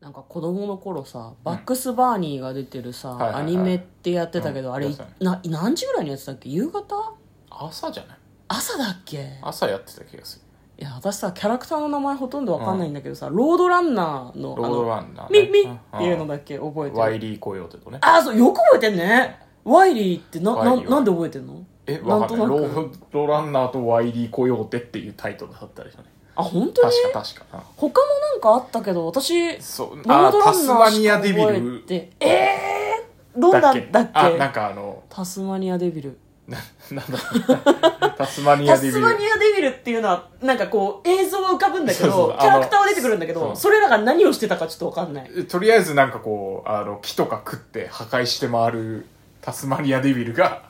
なんか子供の頃さバックス・バーニーが出てるさ、はいはいはいアニメってやってたけど、うんあれそうですな何時ぐらいにやってたっけ夕方朝じゃない朝だっけ朝やってた気がするいや私さキャラクターの名前ほとんどわかんないんだけどさ、ロードランナーのロードランナーあのねミッミうッんっていうのだけ覚えてワるイリー・コヨーテとねああそうよく覚えてんねワイリーってなワイなリーはなんで覚えてんのえなわんかとんなないロくードランナーとワイリー・コヨーテっていうタイトルだったでしょうねあ本当に確か確か他もなんかあったけど私うんそうローあドタラスンナマーニしアかデビル覚えてええー、どんだなっんけだっけあなんかあのタスマニアデビルななん だろうタスマニタアデビスルマニアデビルっていうのはなんかこう映像は浮かぶんだけどそうそうあのキャラクターは出てくるんだけそどうそれらが何をしてたかちょっとわかんないとりあえずなんかこうあの木とか食って破壊して回るタスマニアデビルが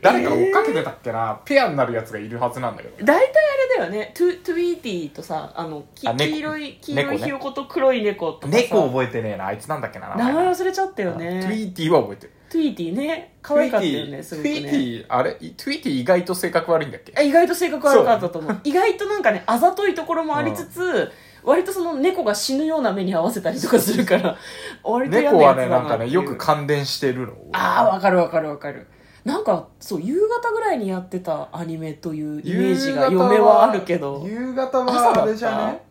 誰か追っかけてたっけな、ペアになるやつがいるはずなんだけど大体あれだよねトゥトゥイーティーとさあのきあ猫黄色い黄猫色いねひよこと黒い猫とかさ猫覚えてねえなあいつなんだっけな名前は忘れちゃったよねトゥイーティーは覚えてるトゥイーティーね可愛かったよねトすゥごイくーテねィーあれトゥイーティー意外と性格悪いんだっけあ意外と性格悪かったと思う意外となんかねあざといところもありつつ、割とその猫が死ぬような目に合わせたりとかするから割と嫌猫なやはつだねななっんていかうねよく感電してるのああわかるわかるわかるなんかそう夕方ぐらいにやってたアニメというイメージが嫁はあるけど夕方朝だったはあれじゃね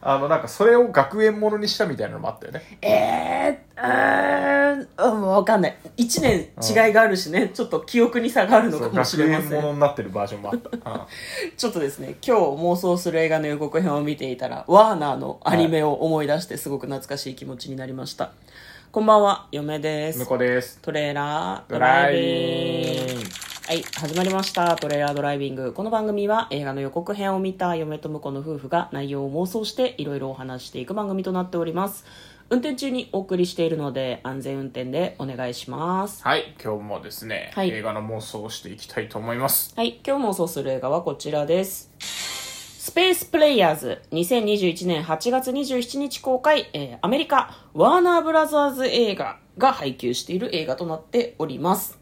あのなんかそれを学園ものにしたみたいなのもあったよねえー、うーん、うん、わかんない1年違いがあるしねちょっと記憶に差があるのそかうもし学れま園せもんのになってるバージョンも あった、うんちょっとですね今日妄想する映画の予告編を見ていたらワーナーのアニメを思い出してすごく懐かしい気持ちになりました、こんばんは嫁です向こうですトレーラードドラライイビビングングはい始まりました「トレーラードライビング」この番組は映画の予告編を見た嫁と婿の夫婦が内容を妄想していろいろお話していく番組となっております運転中にお送りしているので安全運転でお願いしますはい今日もですね、はい映画の妄想をしていきたいと思いますはい今日妄想する映画はこちらですスペースプレイヤーズ2021年8月27日公開、えーアメリカワーナーブラザーズ映画が配給している映画となっております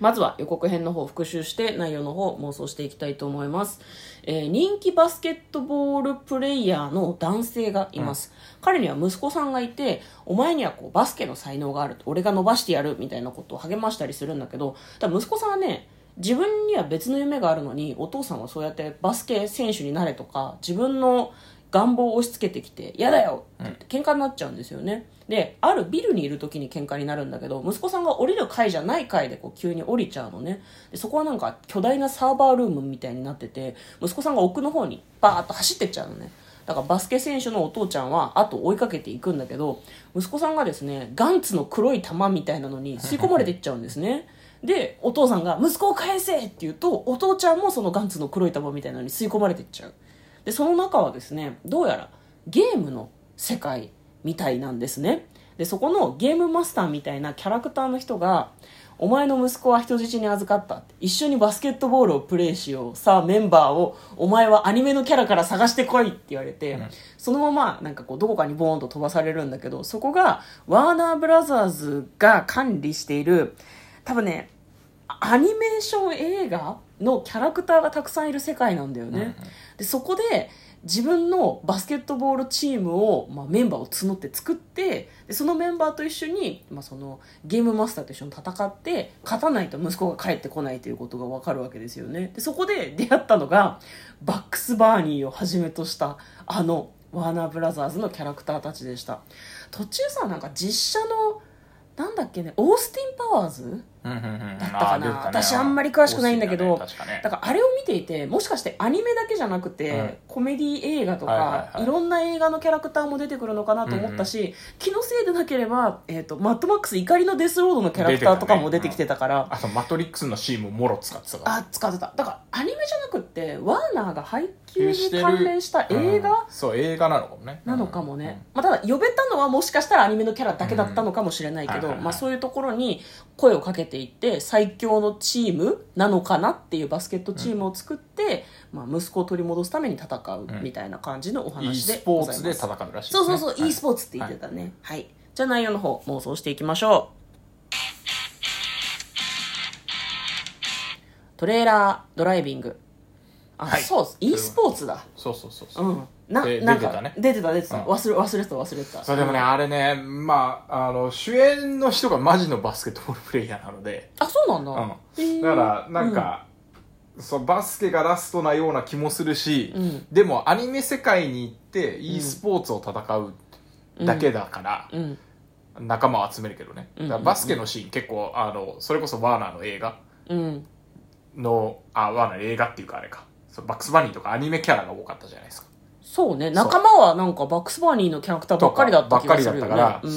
まずは予告編の方を復習して内容の方を妄想していきたいと思います、えー人気バスケットボールプレイヤーの男性がいます、彼には息子さんがいてお前にはこうバスケの才能がある俺が伸ばしてやるみたいなことを励ましたりするんだけどただ息子さんはね自分には別の夢があるのにお父さんはそうやってバスケ選手になれとか自分の願望を押し付けてきて嫌だよって言って喧嘩になっちゃうんですよね、であるビルにいる時に喧嘩になるんだけど息子さんが降りる階じゃない階でこう急に降りちゃうのねでそこはなんか巨大なサーバールームみたいになってて息子さんが奥の方にバーッと走ってっちゃうのねだからバスケ選手のお父ちゃんは後を追いかけていくんだけど息子さんがですねガンツの黒い玉みたいなのに吸い込まれていっちゃうんですねでお父さんが「息子を返せ!」って言うとお父ちゃんもそのガンツの黒い玉みたいなのに吸い込まれていっちゃうでその中はですねどうやらゲームの世界みたいなんですねでそこのゲームマスターみたいなキャラクターの人が「お前の息子は人質に預かったって」一緒にバスケットボールをプレーしようさあメンバーをお前はアニメのキャラから探してこいって言われて、そのままなんかこうどこかにボーンと飛ばされるんだけどそこがワーナーブラザーズが管理している多分ねアニメーション映画のキャラクターがたくさんいる世界なんだよね、でそこで自分のバスケットボールチームを、まあ、メンバーを募って作ってでそのメンバーと一緒に、まあ、そのゲームマスターと一緒に戦って勝たないと息子が帰ってこないということが分かるわけですよねでそこで出会ったのがバックス・バーニーをはじめとしたあのワーナーブラザーズのキャラクターたちでした途中さなんか実写のなんだっけねオースティン・パワーズだったったかな私あんまり詳しくないんだけど確かねだからあれを見ていてもしかしてアニメだけじゃなくて、うんコメディ映画とか、はいいはいはいろんな映画のキャラクターも出てくるのかなと思ったし、気のせいでなければ、えー、とマッドマックス怒りのデスロードのキャラクターとかも出て出てききててたから、あと「マトリックス」のシーンももろ使ってたからあ使ってただからアニメじゃなくってワーナーが配給普及してにる関連した映画、うんそう映画なのかもねなのかもね、まあ、ただ呼べたのはもしかしたらアニメのキャラだけだったのかもしれないけど、うんはいはいはいまあ、そういうところに声をかけていって最強のチームなのかなっていうバスケットチームを作って、まあ、息子を取り戻すために戦うみたいな感じのおうん e 話スでポごーざいます、ツで戦うらしいそうそうそう、e スーポーツって言ってたねはい、じゃあ内容の方妄想していきましょうトレーラードライビングあ、はいそう e スポーツだツそうそうそうそううんなでなん出かてたね出てた出てた、うん忘れ忘れてた忘れてたそうでもね、あれね、まあ、あの、主演の人がマジのバスケットボールプレイヤーなので、あそうなんだ、うん。だから、なんか、そう、バスケがラストなような気もするし、うんでもアニメ世界に行って、e スポーツを戦うだけだから、うん仲間を集めるけどね。うんだからバスケのシーン結構、あの、それこそワーナーの映画うんの、あ、ワーナーの映画っていうかあれか。そうバックスバニーとかアニメキャラが多かったじゃないですか。そうね仲間はなんかバックスバーニーのキャラクターばっかりだった気がするよ、ね、とかばっかりだったからう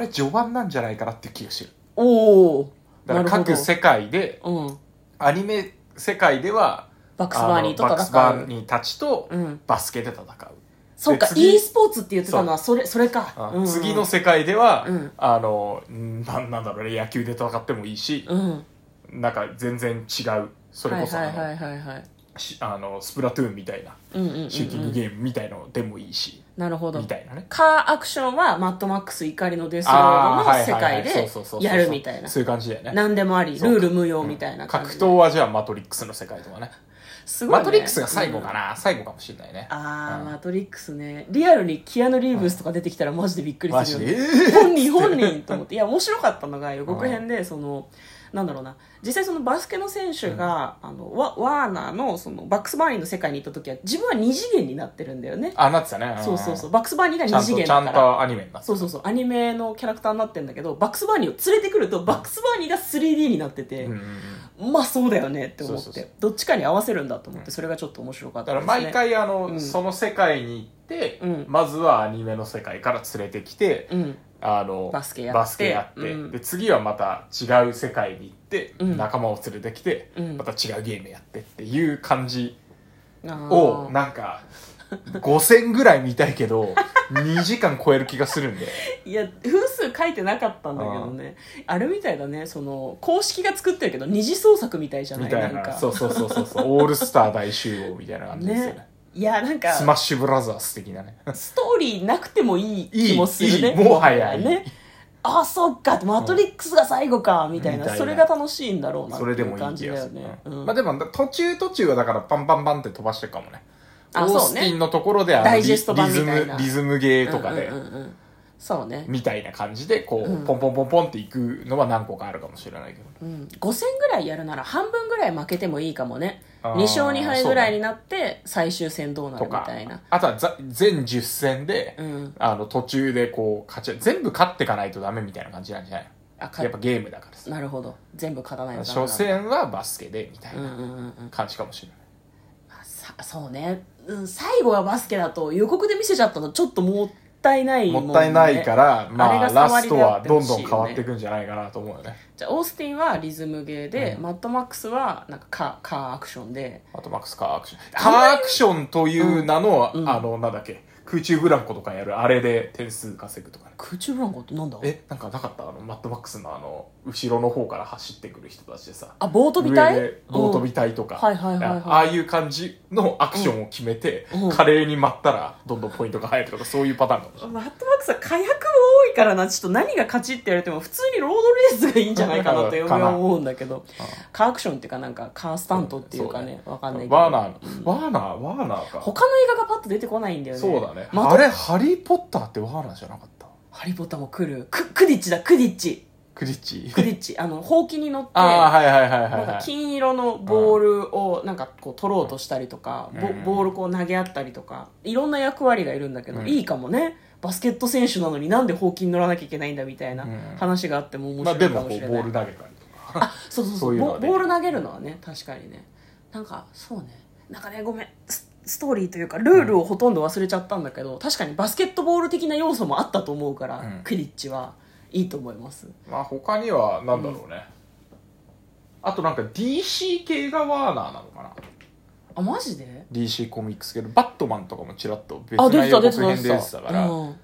ん、あれ序盤なんじゃないかなっていう気がしてる。おおだから各世界で、うんアニメ世界では、バックスバーニーとあのかバッだクスかバらーニーたちとうんバスケで戦う、そうかで次 e スポーツって言ってたのはそれそれあか、うん、次の世界では、うんあのんなんなんだろうね野球で戦ってもいいし、うんなんか全然違うそれはいこそ、はいあはのいはいはいしあのスプラトゥーンみたいなうんうんうんうんシューティングゲームみたいのでもいいし、なるほどみたいなねカーアクションはマッドマックス怒りのデスローあーはいドの世はい界はいでそうそうそうそうやるみたいなそういう感じだよね何でもありルそうール無用みたいな感格じ闘はじゃあマトリックスの世界とかねすごいねマトリックスが最後かな、最後かもしれないねあうーんマトリックスねリアルにキアヌ・リーブスとか出てきたらマジでびっくりマすジるでよ、ね、えー本人本人と思っていや面白かったのが予告編でそのなんだろうな実際そのバスケの選手が、あのワワーナーのそのバックスバーニーの世界に行った時は自分は二次元になってるんだよねあなってたねそうそうそううバックスバーニーがんちゃ二ん次と元ちゃだんからとアニメになってたそうそうそうアニメのキャラクターになってるんだけどバックスバーニーを連れてくるとバックスバーニーが 3D になってて、うんうんうんまあそうだよねって思ってそうそうそうどっちかに合わせるんだと思ってそれがちょっと面白かっだかたら毎回あの、うんその世界に行って、うんまずはアニメの世界から連れてきて、うんあのバスケやってやってうんで次はまた違う世界に行って、うん仲間を連れてきて、うんまた違うゲームやってっていう感じあをーなんか5000ぐらい見たい けど2時間超える気がするんでいや分数書いてなかったんだけどねあれみたいだねその公式が作ってるけど二次創作みたいじゃなみいたいんなかそうそうそうそ うそうオールスター大集合みたいな感じですよねねいやなんかスマッシュブラザーズ的なねストーリーなくてもいい気もするねいいいいもはやいいねああそっかマトリックスが最後かみたいなみたいなそれが楽しいんだろうなってそれでいもういい感気じがだよする、ねううんんまあでも途中途中はだからパンパンパンって飛ばしてるかもねあオーそうスねティンのところであのダイリジェスト版リみズたいムなリズムゲーとかでうんうんうんうんそうねみたいな感じでこうんうポンポンポンポンっていくのは何個かあるかもしれないけどうん、5000ぐらいやるなら半分ぐらい負けてもいいかもねあー2勝2敗ぐらいになって最終戦どうなるとみかたいなあとはざ全10戦でうんあの途中でこう勝ち全部勝ってかないとダメみたいな感じなんじゃないあかのやっぱゲームだからさなるほど全部勝たないとダメな初戦はバスケでみたいうんなうんうんうん感じかもしれないあさそうね、うん、最後はバスケだと予告で見せちゃったのちょっともったいないもん、ね、もったいないからあれまがあ触ラりストであはってほどしんいよどねん変わっていくんじゃないかなと思うよねじゃあオースティンはリズムゲーで、うんマッドマックスはなんかカーカーアクションであとマックスカーアクション。カーアクションという名の、うんあの、なんだっけ、空中ブランコとかやる、あれで点数稼ぐとかね。空中ブランコってなんだえ、なんかなかったあの、マットマックスのあの、後ろの方から走ってくる人たちでさ、あボートみたいで棒飛びうんたいとか、はいはいはいはいあああいう感じのアクションを決めて、うん華麗に舞ったら、どんどんポイントが入るとか、そういうパターンかもしれない。マットマックスは火薬も多いからなちょっと何が勝ちって言われても普通にロードレースがいいんじゃないかなとかな思うんだけどうんカーアクションっていうかなんかカースタントっていうかねわかんないけどワーナー、ワーナー、ワーナーか。他の映画がパッと出てこないんだよねそうだね。またあれ、ハリー・ポッターってワーナーじゃなかったハリー・ポッターも来るククディッチだクディッ チクリッ チクディッチあのほうきに乗ってああ、はいはいはいはい、なんはかい。金色のボールをなんかこう取ろうとしたりとか、うんボうんボールこう投げ合ったりとかいろんな役割がいるんだけど、うんいいかもねバスケット選手なのになんでほうきに乗らなきゃいけないんだみたいなうん話があっても面まあ白でいかももこしうれボなーいル投げたりとかあそうそうそ そうういうのボはねボール投げるのはね確かにねなんかそうねなんかねごめんスストーリーというかルールをほとんど忘れちゃったんだけど、確かにバスケットボール的な要素もあったと思うから、うんクリッチはいいと思いますまあ他にはなんだろうね、あとなんか DC 系がワーナーなのかなあマジで DC コミックス系のバットマンとかもちらっと別あ、出なてた予出てた出告て編でた出てたから、うん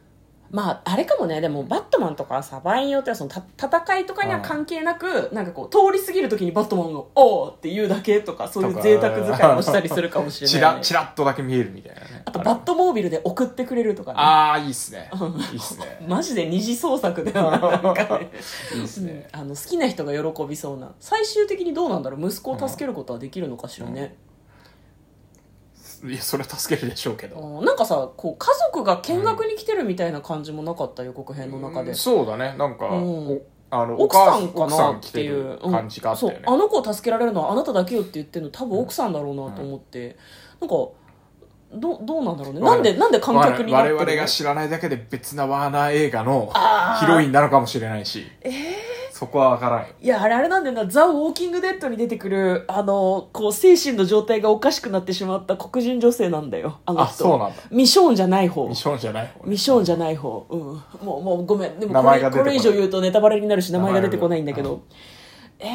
まああれかもねでもバットマンとかはさ場合によってはそのた戦いとかには関係なく、なんかこう通り過ぎる時にバットマンが「おーって言うだけとかそういう贅沢使いをしたりするかもしれな いちね、らちらっとだけ見えるみたいなねあとバットモービルで送ってくれるとかねああいいっ すねうんいいっすねマジで二次創作だよななんか ねいいっすね、うんあの好きな人が喜びそうな最終的にどうなんだろう息子を助けることはできるのかしらね、いやそれは助けるでしょうけあど、ーなんかさこう家族が見学に来てるみたいな感じもなかった予告編の中で、うんそうだねなんか、うんおあの奥さんかお母さなんっ来てていうる感じがあったよねうん、そうあの子を助けられるのはあなただけよって言ってるの多分奥さんだろうなと思って、なんかどどうなんだろうねなんでなんで観客になって我るの々が知らないだけで別なワーナー映画のあーヒロインなのかもしれないし、そこはわからないいやあれあれなんだよな「ザ・ウォーキング・デッド」に出てくるあのこう精神の状態がおかしくなってしまった黒人女性なんだよあのあ人そうなんだミショーンじゃない方ミションじゃない方ねミショーンじゃない方、うん、もうもうごめんでも名こ前れが出てここなれ以い上言うとネタバレになるし名前が出てこないんだけどえー、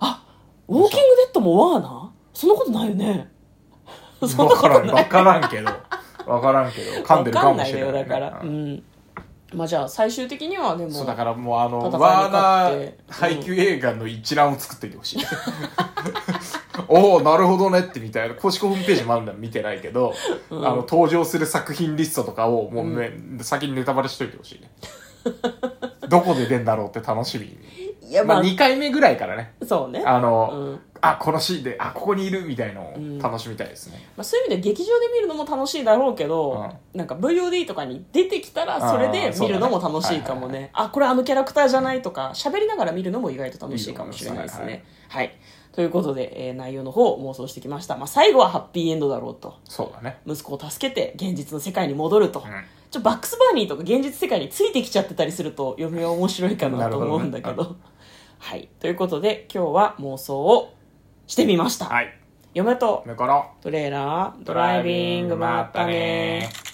あウォーキングデッドもワーナーそんなことないよねそんなわこからとんないわからんけどわからんけど噛んでるかもしれない,、わかんないよだから、ううんんまあじゃあ最終的にはでもそうだからもうあの戦いにワーナ勝っーて配給映画の一覧を作っていてほしい おおなるほどねってみたいな公式ホームページもあるんだ見てないけど、あの登場する作品リストとかをもう、ね先にネタバレしといてほしいねどこで出んだろうって楽しみにいやままあ、あ、2回目ぐらいからねそうねあうの、んあこのシーンであここにいるみたいのを楽しみたいですね、まあ、そういう意味で劇場で見るのも楽しいだろうけど、なんか VOD とかに出てきたらそれあーでそう見だねるのも楽しいかもねあこれあのキャラクターじゃないとか喋りながら見るのも意外と楽しいかもしれないですいいねはい、ということで、えー内容の方を妄想してきました、まあ、最後はハッピーエンドだろうとそうだね息子を助けて現実の世界に戻ると、んちょバックスバーニーとか現実世界についてきちゃってたりすると嫁は面白いかなと思うんだけなるほどはいということで今日は妄想をしてみました、はい嫁とだからトレーラードライビングまったねー